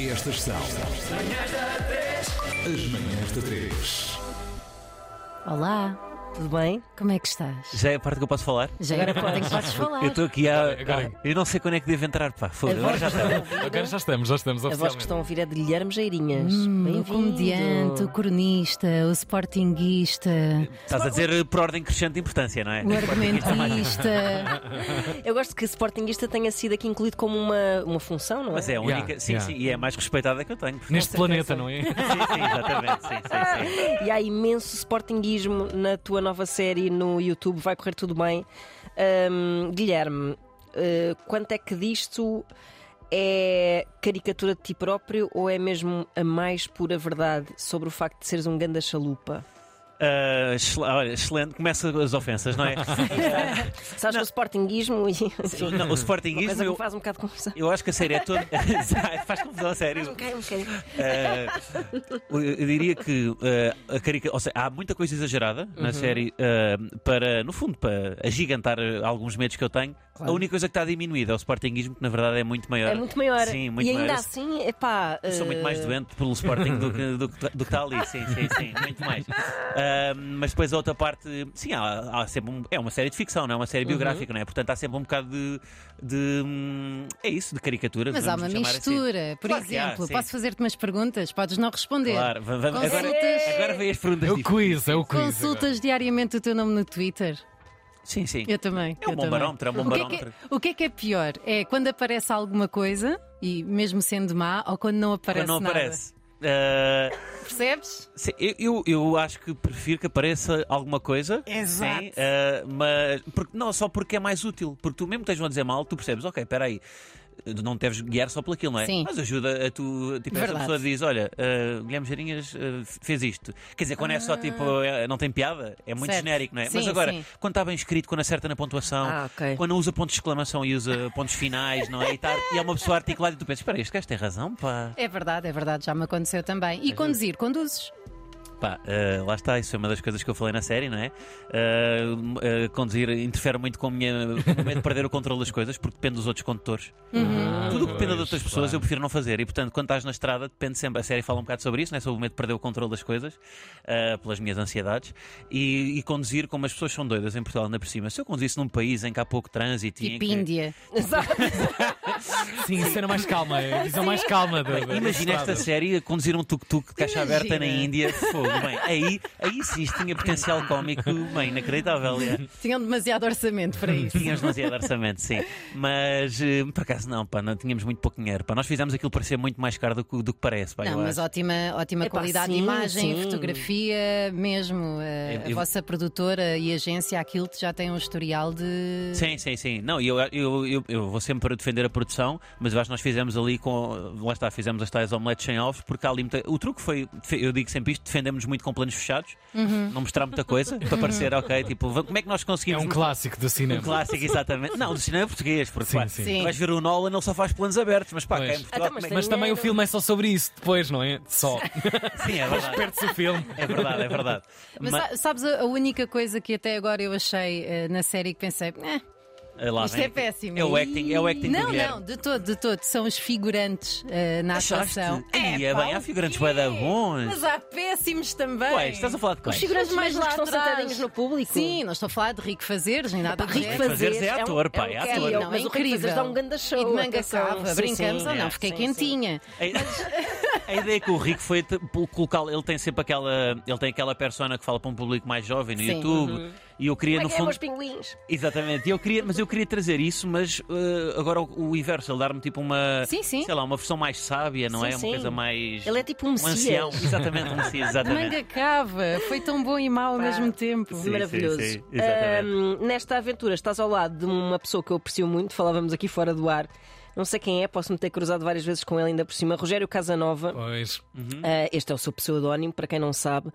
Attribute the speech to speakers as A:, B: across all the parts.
A: Estas são as manhãs da 3.
B: Olá, tudo bem? Como é que estás?
C: Já é a parte que eu posso falar?
B: Já era para que podes falar.
C: Eu estou aqui a.
D: Agora-
C: Eu não sei quando é que devo entrar, pá. Foda-se,
B: A
C: agora
B: voz
C: já está.
D: Agora já estamos, já estamos
B: A voz que
D: oficialmente.
B: estão a ouvir é de Guilherme Geirinhas.
E: Hum, o
B: Bem-vindo.
E: comediante, o cronista, o sportinguista,
C: Estás a dizer eh, por ordem crescente de importância, não
E: o
C: é?
E: argumentista.
B: Eu gosto que Sportingista tenha sido aqui incluído como uma, uma função, não é?
C: Mas é a única.
D: Yeah,
C: sim,
D: yeah.
C: sim, e é a mais respeitada que eu tenho. porque-
D: Neste planeta, não é?
C: Sim, sim, exatamente. Sim, sim, sim.
B: E há imenso Sportinguismo na tua nova série no YouTube. Vai correr tudo bem. Hum, Guilherme, eh, quanto é que disto é caricatura de ti próprio ou é mesmo a mais pura verdade sobre o facto de seres um ganda chalupa?
C: Ah, excel- olha, excelente. Começa as ofensas, não é?
B: Sabes que o Sportinguismo e...
C: Não, o
B: Uma
C: Sportingismo.
B: coisa que me
C: Eu,
B: faz um bocado de confusão.
C: eu acho que a série é toda. Faz confusão, a sério.
B: Um bocadinho.
C: Eh, eu eu diria que eh, a carica- ou seja, há muita coisa exagerada na
E: Uhum.
C: série eh, para, no fundo, para agigantar eh, alguns medos que eu tenho.
B: Claro.
C: A única coisa que está diminuída é o sportinguismo, que na verdade é muito maior.
B: É muito maior.
C: Sim, muito
B: e ainda
C: maior.
B: assim, epá. eh,
C: Eu sou muito mais doente pelo Sporting do que, do, que- do que está ali, sim, sim, sim, muito mais. Ah, mas depois a outra parte, sim, há, há sempre um- é uma série de ficção, não é uma
E: Uhum.
C: série biográfica, não é? Portanto há sempre um bocado de. de, hum, é isso, de caricatura.
E: Mas há uma mistura. Por
C: assim. Claro que há,
E: exemplo,
C: sim.
E: posso fazer-te umas perguntas? Podes não responder.
C: Claro, va- va-
E: Consultas-
C: agora, agora vem as
D: É
C: perguntas
D: o
C: difíceis.
D: quiz, é o quiz.
E: Consultas diariamente o teu nome no Twitter?
C: Sim, sim.
E: Eu também.
C: É um
E: eu
C: bom
E: também.
C: barómetro, é um bom
E: o que é, que,
C: barómetro.
E: o que é que é pior? É quando aparece alguma coisa, e mesmo sendo má, ou quando não aparece
C: Quando não
E: nada?
C: aparece. Ah,
E: Percebes?
C: sim, eu, eu, eu acho que prefiro que apareça alguma coisa. Exato. Sim, ah, mas porque, não, só porque é mais útil. Porque tu mesmo que estejam a dizer mal, tu percebes, ok, espera aí. Eh, Não te deves guiar só pelo aquilo, não é?
E: Sim.
C: Mas ajuda a tu. Tipo, essa
E: Verdade.
C: pessoa diz: Olha, ah, Guilherme Geirinhas ah, fez isto. Quer dizer, quando é só tipo, ah, não tem piada, é muito
E: Certo.
C: genérico, não é? Mas
E: Sim,
C: agora,
E: sim.
C: quando está bem escrito, quando acerta na pontuação,
B: Ah, ok.
C: quando não usa pontos de exclamação e usa pontos finais, não é? E, tá- e é uma pessoa articulada e tu pensas: Espera, este gajo tem razão, pá.
E: É verdade, é verdade, já me aconteceu também.
C: É
E: E conduzir, conduzes.
C: Pá, eh, lá está, isso é uma das coisas que eu falei na série, não é? Eh, eh, conduzir interfere muito com a minha- com o meu medo de perder o controle das coisas, porque depende dos outros condutores.
D: Uhum. Ah,
C: Tudo o que depende de outras pessoas eu prefiro não fazer. E portanto, quando estás na estrada, depende sempre. A série fala um bocado sobre isso, não é? Sobre o medo de perder o controle das coisas, eh, pelas minhas ansiedades. E, e conduzir, como as pessoas são doidas em Portugal, ainda por cima. Se eu conduzisse num país em que há pouco trânsito e em
E: Tipo
C: que-
E: Índia.
D: Sim, cena mais calma, é a visão mais calma. da- da-
C: Imagina
D: da
C: esta
D: estrada.
C: série a conduzir um tuk-tuk de caixa
E: Imagina.
C: aberta na Índia, fogo, bem, aí, aí sim isto tinha potencial cómico, bem, inacreditável. é.
E: Tinham demasiado orçamento para isso.
C: Tínhamos demasiado orçamento, sim. Mas eh, por acaso não, pá, não tínhamos muito pouco dinheiro. Pá. Nós fizemos aquilo parecer muito mais caro do que, do que parece. Pá,
E: Não,
C: eu
E: mas
C: acho.
E: ótima, ótima
B: Epá,
E: qualidade de
B: sim,
E: imagem,
B: sim.
E: fotografia, mesmo. A,
C: Eu-
E: a
C: eu-
E: vossa produtora e agência, aquilo já tem um historial de.
C: Sim, sim, sim. Não, eu, eu, eu, eu vou sempre para defender a produção, mas eu acho que nós fizemos ali com. Lá está, fizemos as tais omeletes sem ovos, porque há ali muita. O truque foi, eu digo sempre isto, defendemos muito com planos fechados,
E: Uhum.
C: não mostrar muita coisa, para parecer, ok, tipo, va- como é que nós
D: É
C: conseguimos.
D: um clássico do
C: Um
D: cinema.
C: clássico, exatamente. Não, do cinema português, porque
D: Sim,
C: pá,
D: sim.
E: Sim.
C: vais ver o Nolan, ele só faz planos abertos, mas pá, cá
D: Pois.
C: em Portugal.
B: Então, mas
C: como é que-
D: Mas também o filme é só sobre isso depois, não é? Só.
C: Sim, é verdade.
D: Perde-se o filme.
C: É verdade, é verdade.
E: Mas
C: Ma-
E: sa- sabes a a única coisa que até agora eu achei eh, na série que pensei, "Eh,
C: É lá,
E: isto
C: vem.
E: é péssimo.
C: É o acting, é o acting do
E: Não,
C: Guilherme.
E: não, de todo, de todo. São os figurantes eh, na
C: Achaste?
E: atuação.
C: Ih, é
E: pá,
C: bem, há
E: o
C: figurantes
E: quê?
C: bué da bons.
E: Mas há péssimos também.
C: Quais? Estás a falar de quais?
B: Os figurantes
E: Mas
B: mais
E: lá
B: lá estão
E: atrás.
B: sentadinhos no público.
E: Sim, não estou a falar de Rico Fazeres, nem nada
B: Pá,
E: de
B: Rico
E: género.
C: Fazeres
B: Fazeres
C: é ator, pá, é
B: um
C: ator.
B: querido,
E: Não, é
B: mas o Rico
E: incrível.
B: Fazeres dá um grande show.
E: E de manga
B: atenção.
E: cava,
B: Sim,
E: brincamos
B: sim.
E: ou não?
C: é,
E: Fiquei
B: sim,
E: quentinha.
C: A, a ideia com o Rico foi te- pô, colocá-lo. Ele tem sempre aquela. Ele tem aquela persona que fala para um público mais jovem no
E: Sim. Uhum.
C: YouTube. E eu queria,
B: Como é
C: no
B: que é,
C: fundo.
B: meus pinguins?
C: Exatamente, E eu queria, mas eu queria trazer isso, mas eh, agora o, o inverso, ele dar-me tipo uma.
E: Sim, sim.
C: Sei lá, uma versão mais sábia, não
B: Sim,
C: é? Uma
B: sim.
C: coisa mais.
B: Ele é tipo um
C: um ancião.
B: Messias.
C: Exatamente, um Messias, exatamente.
E: Manga cava, foi tão bom e mau ao mesmo tempo.
C: Sim,
B: Maravilhoso.
C: sim, sim, exatamente.
B: Ahm, nesta aventura estás ao lado de uma pessoa que eu aprecio muito, falávamos aqui fora do ar. Não sei quem é, posso-me ter cruzado várias vezes com ele ainda por cima. Rogério Casanova.
D: Pois.
B: Ah, este é o seu pseudónimo, para quem não sabe.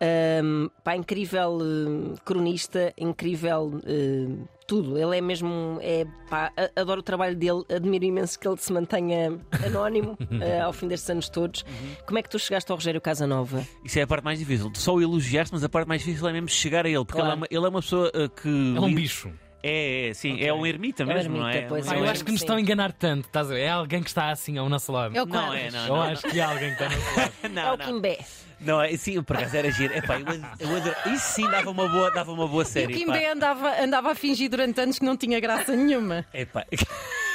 B: Ahm, pá, incrível eh, cronista, incrível eh, tudo. Ele é mesmo. É, pá, a- adoro o trabalho dele, admiro imenso que ele se mantenha anónimo eh, ao fim destes anos todos.
D: Uhum.
B: Como é que tu chegaste ao Rogério Casanova?
C: Isso é a parte mais difícil. Só o elogiaste, mas a parte mais difícil é mesmo chegar a ele, porque
B: Claro.
C: ele, é uma, ele é uma pessoa eh, que.
D: É um bicho.
C: É, é, sim, é um ermita
B: um
C: mesmo, não é?
B: ermita, pois
C: Um
B: é.
D: Ah, eu
C: ermita.
D: acho que nos
B: Sim.
D: estão a enganar tanto, estás a ver? É alguém que está assim ao nosso lado.
E: É o
C: Não é,
E: Quadros.
C: não,
D: Eu
C: não.
D: acho que é alguém que está ao nosso lado.
B: É
C: Não,
B: o
C: não.
B: Kimbé.
C: não é, sim, por acaso era giro. Epá, eu, ad- eu adoro- Isso sim dava uma boa, dava uma boa
E: E o
C: série. pá.
E: Kimbé andava, andava a fingir durante anos que não tinha graça nenhuma.
C: Epá.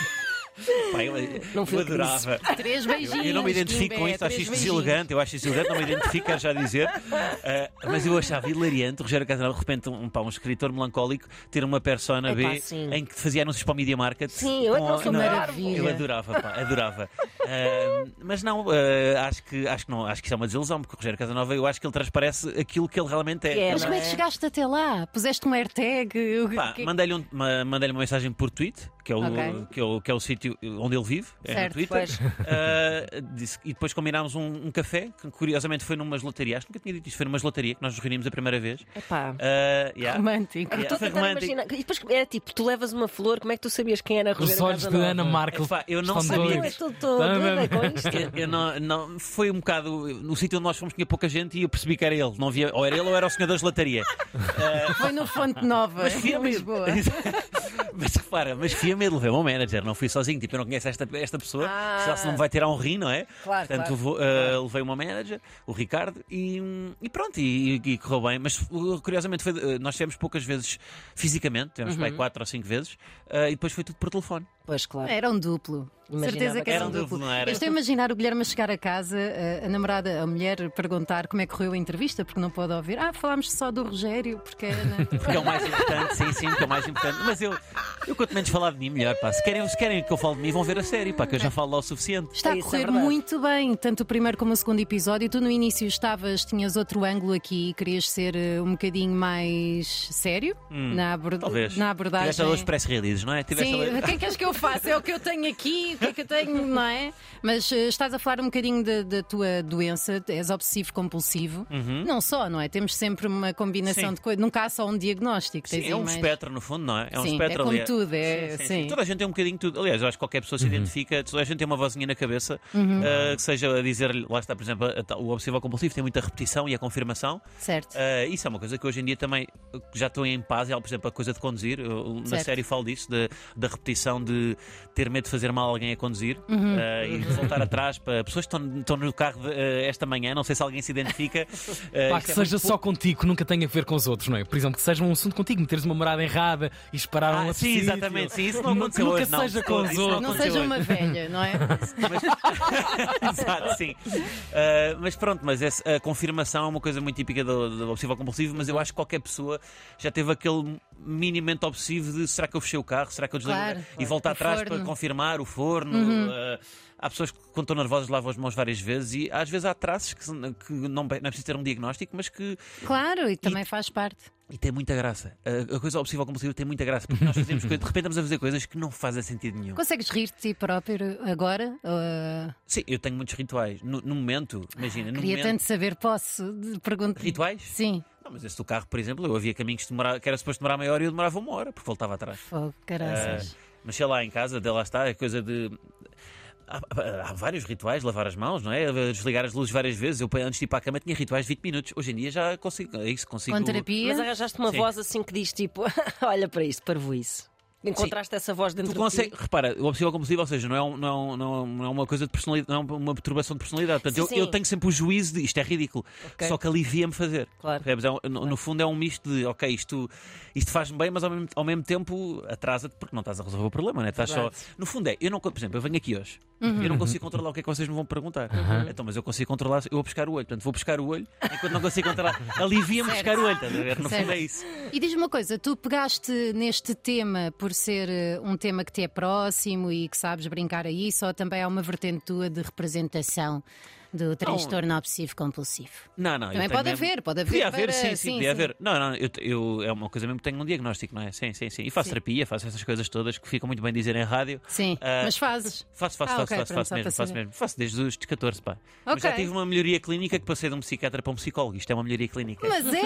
C: Pá, eu,
B: Não fui
C: eu
B: eu que disse.
C: adorava.
E: Três
C: Eu,
B: Ah,
E: beijinhos.
C: eu não me identifico
E: Kimbé,
C: com isto, acho
E: três
C: isto
E: beijinhos.
C: deselegante, eu acho isto deselegante, não me identifico, quero já dizer. Ah, mas eu achava hilariante o Rogério Casanova, de repente, um, pá, um escritor melancólico, ter uma persona
B: Epá,
C: B
B: sim.
C: em que fazia anúncios para o Media Market.
B: Sim, eu
C: com-
B: adoro, sou
C: não,
E: maravilha.
C: Eu adorava, pá, adorava. Ah, mas não, ah, acho, que, acho que não, acho que isso é uma desilusão, porque o Rogério Casanova, eu acho que ele transparece aquilo que ele realmente é.
B: Que é,
E: Mas
B: não
E: como é que
B: é?
E: chegaste até lá? Puseste um airtag? O
C: Pá,
E: que-
C: mandei-lhe um- ma- mandei-lhe uma mensagem por tweet, que é o,
E: Ok.
C: que é o, que é o sítio onde ele vive, é no
E: Certo,
C: Twitter.
B: Pois.
C: Ah, disse- e depois combinámos um, um café, que curiosamente foi numa gelataria, acho que nunca tinha dito isto, foi numa gelataria que nós nos reunimos a primeira vez.
E: É
D: É,
B: Epá.
C: Ah, yeah.
E: Romântico.
C: Yeah.
B: Estou a
C: Foi
B: tentar
C: romântico.
B: imaginar. E depois era tipo, tu levas uma flor, como é que tu sabias quem era Rogério
D: Os olhos de
B: Casanova?
D: Ana Markel.
C: Epá, eu não
D: estão
C: sabia,
B: Eu
D: doidos.
B: estou estou doida é com isto.
C: Eu, eu não, não- foi um bocado. No sítio onde nós fomos tinha pouca gente e eu percebi que era ele. Não via, ou era ele ou era o senhor Ah, da gelataria.
E: Foi no Fonte Nova,
C: Mas fui a
E: em
C: medo.
E: Lisboa.
C: mas repara, mas fui a medo, levei o meu manager, não fui sozinho, tipo, eu não conheço esta, esta pessoa,
B: Ah.
C: se ela se não me vai tirar um rim, não é?
B: Claro,
C: Portanto,
B: claro.
C: vou- ah, levei o meu manager, o Ricardo, e, hum, e pronto, e, e correu bem. Mas uh, curiosamente, foi, uh, nós tivemos poucas vezes fisicamente, tivemos pai quatro ou cinco vezes, ah, e depois foi tudo por telefone.
B: Pois, claro.
E: Era um duplo.
B: Imaginava
E: Certeza que
B: que
E: era,
B: era
E: um
C: um
E: duplo.
C: duplo, não era?
E: Eu estou a imaginar o Guilherme a chegar a casa, eh, a, a namorada, a mulher, perguntar como é que correu a entrevista, porque não pôde ouvir. Ah, falámos só do Rogério, porque a Ana.
C: Porque é o mais importante, sim, sim, que é o mais importante. Mas eu, eu quanto menos falar de mim, melhor, pá. Se querem, se querem que eu fale de mim, vão ver a série, pá, que eu já falo lá o suficiente.
E: Está
B: É
E: a
B: isso, é
E: correr
B: verdade.
E: muito bem, tanto o primeiro como o segundo episódio. Tu no início estavas, tinhas outro ângulo aqui, querias ser eh, um bocadinho mais sério na, abord-
C: Talvez.
E: na abordagem.
C: Tiveste a dois press releases, não é? Tiveste a
E: Sim,
C: dois-
E: o que é que és que eu faço? É o que eu tenho aqui, o que é que eu tenho, não é? Mas eh, estás a falar um bocadinho da- da tua doença, és obsessivo-compulsivo. Não só, não é? Temos sempre uma combinação
C: Uhum. Sim.
E: de coisas, nunca há só um diagnóstico.
C: Sim,
E: tens
C: é
E: aí
C: um
E: mais-
C: espectro, no fundo, não é? É um
E: Sim,
C: espectro
E: é como
C: ali.
E: tudo, é- sim. Uhum.
C: Toda a gente tem um bocadinho de tudo. Aliás, eu acho que qualquer pessoa se identifica, toda a gente tem uma vozinha na cabeça, ah, que seja a dizer-lhe, lá está, por exemplo, a tal- o obsessivo compulsivo tem muita repetição e a confirmação.
E: Certo.
C: Ah, isso é uma coisa que hoje em dia também eh, já estou em paz. É, por exemplo, a coisa de conduzir. Eu, na
E: Certo.
C: série falo disso, da, da repetição de ter medo de fazer mal a alguém a conduzir
E: Uhum.
C: ah, e de voltar atrás para pessoas que estão, estão no carro de, eh, esta manhã. Não sei se alguém se identifica. Ah,
D: Pá,
C: isto
D: que
C: é
D: seja só contigo, que nunca tenha a ver com os outros, não é? Por exemplo, que seja um assunto contigo, meteres uma morada errada e disparar um
C: Ah,
D: outro
C: sim,
D: sítio.
C: exatamente. Sim, isso não
D: Nunca-
C: aconteceu
D: nunca
C: hoje, não.
D: seja com os
C: Isso não
D: outros.
E: Não
C: aconteceu
E: seja
C: hoje.
E: uma velha, não é?
C: Exato, sim. Ah, mas pronto, mas essa, a confirmação é uma coisa muito típica do, do obsessivo compulsivo, mas eu acho que qualquer pessoa já teve aquele minimamente obsessivo de será que eu fechei o carro, será que eu desliguei?
E: Claro,
C: e
E: claro.
C: voltar
E: O
C: atrás para
E: forno. Uhum.
C: confirmar o forno. ah, há pessoas que quando estão nervosas lavam as mãos várias vezes e às vezes há traços que, se- que não, não é preciso ter um diagnóstico, mas que
E: Claro, e também faz parte.
C: e tem muita graça. Ah, A, a coisa obsessiva compulsiva tem muita graça, porque nós fazemos coisas, de repente estamos a fazer coisas que não fazem sentido nenhum.
E: Consegues rir de ti próprio agora? Ou, uh,
C: Sim, eu tenho muitos rituais. No, no momento, imagina, no
E: queria
C: momento.
E: tanto saber, posso? De- Pergunto.
C: Rituais?
E: Sim.
C: Não, mas esse do carro, por exemplo, eu havia caminhos que, demorava, que era suposto demorar meia hora e eu demorava uma hora, porque voltava atrás. Ah,
E: Oh, caraças.
C: Mas sei lá, em casa, até lá está, é coisa de. Há, há- há vários rituais, lavar as mãos, não é? Desligar as luzes várias vezes. Eu, antes de ir para a cama, tinha rituais de 20 minutos. Hoje em dia já consigo. É isso, consigo.
E: Com terapia?
B: Mas arranjaste uma
C: Sim.
B: voz assim que diz tipo: Olha para isto, parvo isso. Encontraste essa voz dentro
C: Tu
B: de
C: consegue,
B: ti.
C: repara, o obsessivo compulsivo, ou seja, não é, um- não, é um- não é um- não é uma coisa de personalidade, não é uma perturbação de personalidade. Portanto, eu-
B: Sim,
C: eu,
B: sim.
C: tenho sempre o juízo de isto é ridículo,
B: Ok.
C: só que alivia-me fazer.
B: Claro.
C: Percebes? É um- no, no fundo é um misto de, ok, isto, isto faz-me bem, mas ao mesmo, ao mesmo tempo atrasa-te porque não estás a resolver o problema, não é? Estás só.
B: Verdade.
C: No fundo é, eu não, co- por exemplo, eu venho aqui hoje,
B: Uhum.
C: eu não consigo controlar o que é que vocês me vão perguntar. Então, mas eu consigo controlar, eu vou buscar o olho, portanto, vou buscar o olho, enquanto não consigo controlar, alivia-me
E: Certo.
C: buscar o olho, estás a ver? No
E: Certo.
C: fundo é isso.
E: E diz-me uma coisa, tu pegaste neste tema por ser eh, um tema que te é próximo e que sabes brincar a isso, ou também há uma vertente tua de representação do transtorno obsessivo-compulsivo?
C: Não, não. eu
E: Também
C: tenho
E: pode
C: mesmo-
E: haver, pode haver.
C: Podia
E: para-
C: haver, sim, sim, podia haver. Não, não, eu, eu- é uma coisa mesmo que tenho um diagnóstico, não é? Sim, sim, sim. E faço terapia, faço essas coisas todas que ficam muito bem dizer em rádio.
E: Sim,
C: Ah,
E: mas fazes.
C: Faço, faço,
E: Ah,
C: faço,
E: ok,
C: faço,
E: pronto,
C: faço
E: só
C: mesmo,
E: para
C: faço
E: saber.
C: mesmo. Faço desde os 14, pá. Mas já
E: Ok.
C: tive uma melhoria clínica que passei de um psiquiatra para um psicólogo. Isto é uma melhoria clínica.
E: Mas é,
C: Não
E: isso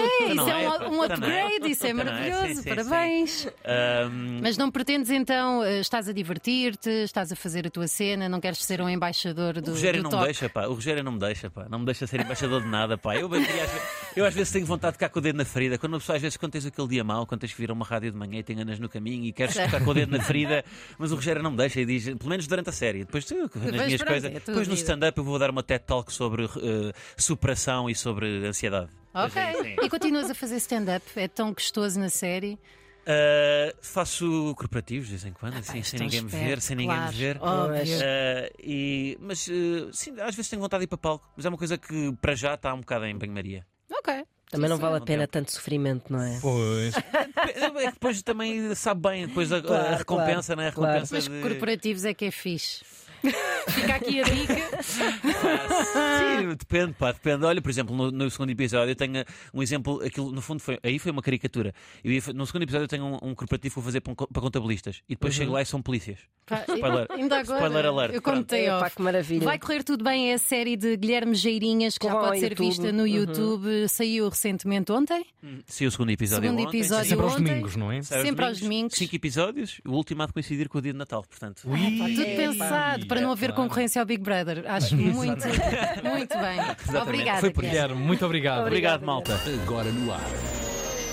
E: é,
C: é,
E: um-
C: pá,
E: um,
C: não é.
E: upgrade, isso é
C: Não é, sim,
E: maravilhoso,
C: sim, sim.
E: parabéns.
C: Ahm,
E: Mas não pretendes então, eh, estás a divertir-te, estás a fazer a tua cena, não queres ser um embaixador do,
C: o Rogério
E: do
C: não me
E: toque.
C: deixa, pá. O Rogério história não me deixa, pá. Não me deixa ser embaixador de nada, pá. Eu, eu, às, vezes, eu às vezes tenho vontade de ficar com o dedo na ferida. Quando uma pessoa, às vezes, quando tens aquele dia mau, quando tens que vir a uma rádio de manhã e tem anos no caminho e queres ficar com o dedo na ferida, mas o Rogério não me deixa e diz, pelo menos durante a série. Depois, tu, nas
E: Depois,
C: minhas
E: pronto,
C: coisas,
E: é a tua
C: depois no
E: vida.
C: stand-up eu vou dar uma TED Talk sobre eh, superação e sobre ansiedade. Mas
E: Ok.
C: é isso, sim.
E: E continuas a fazer stand-up? É tão gostoso na série?
C: Eh, faço corporativos de vez em
E: Ah,
C: quando, assim, sem
E: Tão
C: ninguém me
E: esperto,
C: ver, sem ninguém me
E: claro,
C: ver.
E: Óbvio.
C: Eh, e, mas eh, sim, às vezes tenho vontade de ir para palco, mas é uma coisa que para já está um bocado em banho-maria.
E: Ok.
B: Também não
E: Sim,
B: vale a
C: não
B: pena
C: tempo.
B: tanto sofrimento, não é?
D: Pois.
C: É que depois também sabe bem, depois a, a
B: Claro,
C: recompensa,
B: claro,
C: não é? A
B: claro.
C: recompensa
E: Mas
C: de-
E: corporativos é que é fixe. Fica aqui a dica.
C: Sim, depende, pá, depende. Olha, por exemplo, no, no segundo episódio eu tenho um exemplo, aquilo no fundo foi, aí foi uma caricatura. Eu ia fa- no segundo episódio eu tenho um, um corporativo que vou fazer para, um co- para contabilistas e
E: Uhum.
C: depois chego lá e são polícias.
E: Pá,
C: Spoiler.
E: Ainda agora.
C: Spoiler alert,
E: Eu
C: pronto.
E: contei
B: Epá,
E: off.
B: É, que maravilha.
E: Vai correr tudo bem, é a série de Guilherme Geirinhas que já
B: Já lá
E: pode
B: ao
E: ser
B: YouTube.
E: vista no
B: Uhum.
E: YouTube. Saiu recentemente ontem.
C: Sim, o segundo episódio
E: Segundo
C: ontem,
E: episódio.
C: sim,
D: Sempre aos
E: ontem-
D: domingos, não é?
C: sim, sai
E: sempre aos domingos.
C: Cinco episódios, o último há de coincidir com o dia de Natal, portanto.
E: Pá, é. tudo
D: É,
E: pensado para não haver concorrência ao Big Brother. Acho muito, muito bem. Obrigada.
D: Foi por
E: Guilherme.
D: Guilherme. Muito obrigado.
C: Obrigado, malta.
A: Agora no ar.